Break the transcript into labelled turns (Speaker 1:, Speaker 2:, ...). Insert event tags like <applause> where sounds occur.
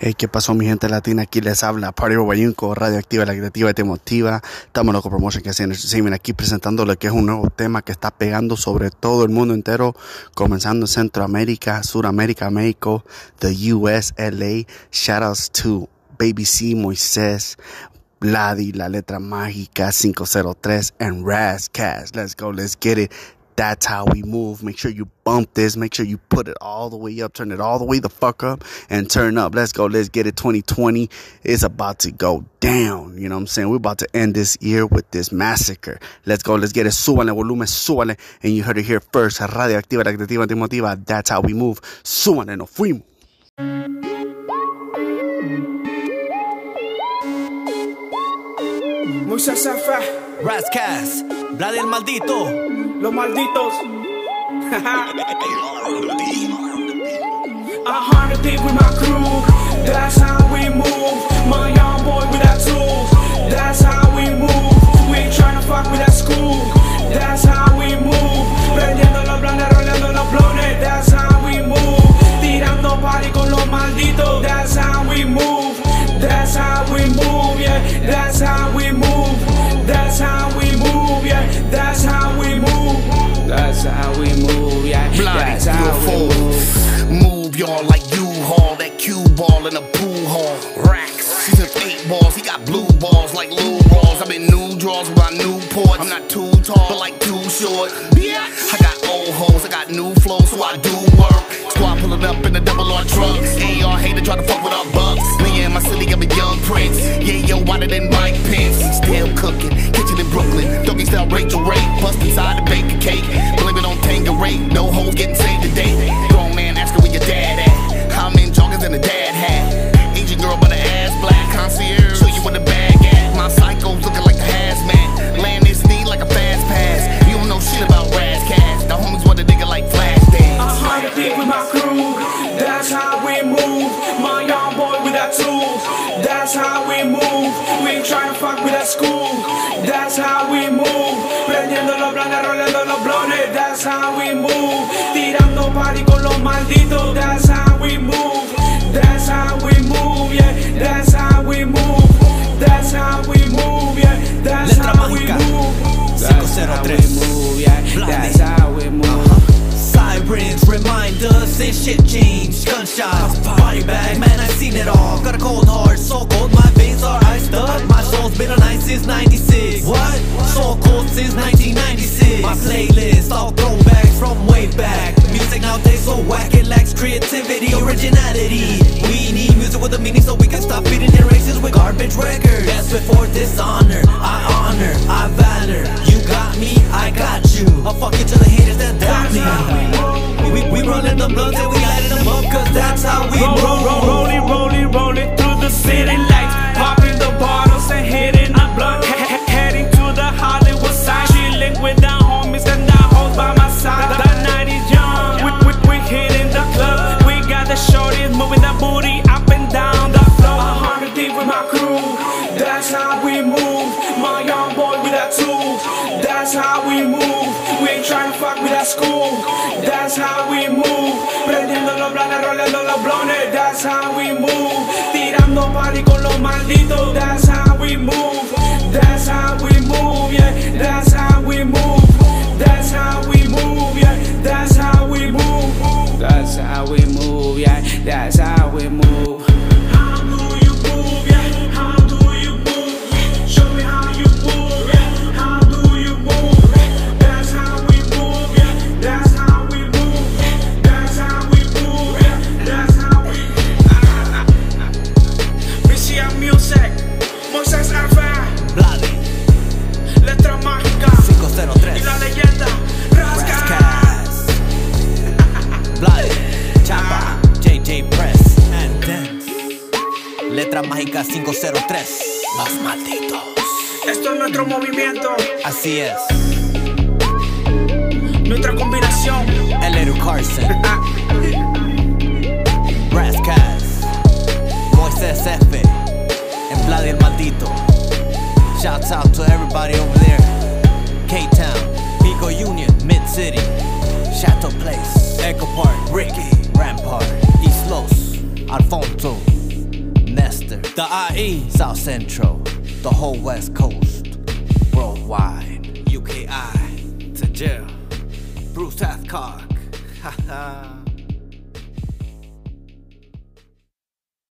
Speaker 1: Hey, ¿Qué pasó mi gente latina? Aquí les habla Pario Bayunco, Radioactiva, La Creativa y Te Motiva. Estamos en la Promotion que hacen aquí presentando lo que es un nuevo tema que está pegando sobre todo el mundo entero, comenzando en Centroamérica, Suramérica, México, the US, LA. Shoutouts to Baby C, Moisés, Vladi, La Letra Mágica, 503, and Razcast. Let's go, let's get it. That's how we move. Make sure you bump this. Make sure you put it all the way up. Turn it all the way the fuck up and turn up. Let's go. Let's get it. 2020 is about to go down. You know what I'm saying? We're about to end this year with this massacre. Let's go. Let's get it. Súbale, volumen, súbale. And you heard it here first. Radio Activa, La Creativa, Te Motiva. That's how we move. Súbale, nos fuimos.
Speaker 2: Mucha zafa,
Speaker 3: Rascas, Vlad el maldito.
Speaker 2: los malditos. <laughs> I harder deep with my crew, that's how we move. My young boy with that tool, that's how we move. We ain't tryna fuck with that school, that's how we move. Prendiendo los blones, roleando los blones, that's how we move. Tirando party con los malditos, that's how we move. That's how we move, yeah, that's how we move. That's how we move, yeah, that's how we move. That's how we move, yeah,
Speaker 4: Bloody
Speaker 2: that's how we
Speaker 4: beautiful.
Speaker 2: move.
Speaker 4: Move y'all like U-Haul, that cue ball in a pool hall. Racks, season eight balls. He got blue balls like Lou balls. I'm in new draws with my new ports. I'm not too tall, but like too short. I got old hoes, I got new flows, so I do work. Squad pulling up in the double R truck. AR hater try to fuck with our bucks. Me and my city, I'm a young prince. Yeah, yo, wider than Mike Pence. Still cooking, kitchen in Brooklyn. Doggy style Rachel Ray, bust inside the baker cake. Blame it on Tangeray, no hoes getting saved today. Grown man asking where your dad at. How many joggers in a dad hat? Asian girl but her ass black. Concierge, show you where the bag at. My psycho looking like the hazmat. Land his knee like a fast pass. You don't know shit about Razzcast. The homies want a nigga like Flash
Speaker 2: I
Speaker 4: Dance.
Speaker 2: hard to deep with my crew. That's how we move. My young boy with that tool. That's how we move. We ain't tryna fuck with that school. That's how we move. Prendiendo los blanes, roleando los blones. That's how we move. Tirando party con los malditos. That's how we move. That's how we move, yeah. That's how we move. That's how we move, yeah. That's
Speaker 3: Letra
Speaker 2: how we
Speaker 3: mágica.
Speaker 2: move. That's how we
Speaker 3: 503.
Speaker 2: move, yeah.
Speaker 3: Blondie.
Speaker 2: That's how we move.
Speaker 3: Sirens, reminders, and shit changed. Gunshots, body bag, man, I've seen it all. Got a cold heart, so cold, my veins are iced up. My soul's been on ice since 96. What? So cold since 1996. My playlist, all throwbacks from way back. Music nowadays so whack, it lacks creativity, originality. We need music with a meaning so we can stop feeding generations with garbage records. That's before dishonor, I honor, I valor. You got me, I got you. I'll fuck you to the haters that doubt me. We, we, we rolling them blunts and we lighting them up cause that's how we
Speaker 2: roll, roll, roll,
Speaker 3: roll.
Speaker 2: roll it, roll it, roll it through the city lights. Popping the bottles and hitting the blunt. He- he- Heading to the Hollywood side. Chilling with the homies and the hoes by my side. The night is young. We, we, we hitting the club. We got the shorties moving the booty up and down the floor. A hundred deep with my crew. That's how we move. My young boy with that tool. That's how we move. We ain't trying to fuck with that school. That's how we move. Prendiendo los blanes, roleando los blones. That's how we move. Tirando party con los malditos. That's how we move. That's how we move, yeah. That's how we move. That's how we move, yeah. That's how we move. That's how we move, yeah. That's how we move. How do you move, yeah? How do you move? Show me how you move, yeah. How do you move? That's how we move, yeah. That's how we move. That's how we move, yeah. That's how we move. VCR Music, Moses Alfa,
Speaker 3: Bloody
Speaker 2: Letra Mágica y
Speaker 3: 503.
Speaker 2: la leyenda Rasca.
Speaker 3: Rascas. Blood, Chapa, JJ Press, and Dance. Letra Mágica 503, los malditos.
Speaker 2: Esto es nuestro movimiento,
Speaker 3: Así es,
Speaker 2: nuestra combinación.
Speaker 3: el Edu Carson. Rascas, Moisés F, and Vlad el maldito. Shouts out to everybody over there. K-Town, Pico Union, Mid City, Chateau Place, Echo Park, Ricky, Rampart, East Los, Alfonso, Chester, the IE, South Central, the whole West Coast, worldwide. UKI to jail. Bruce Hathcock. Ha ha.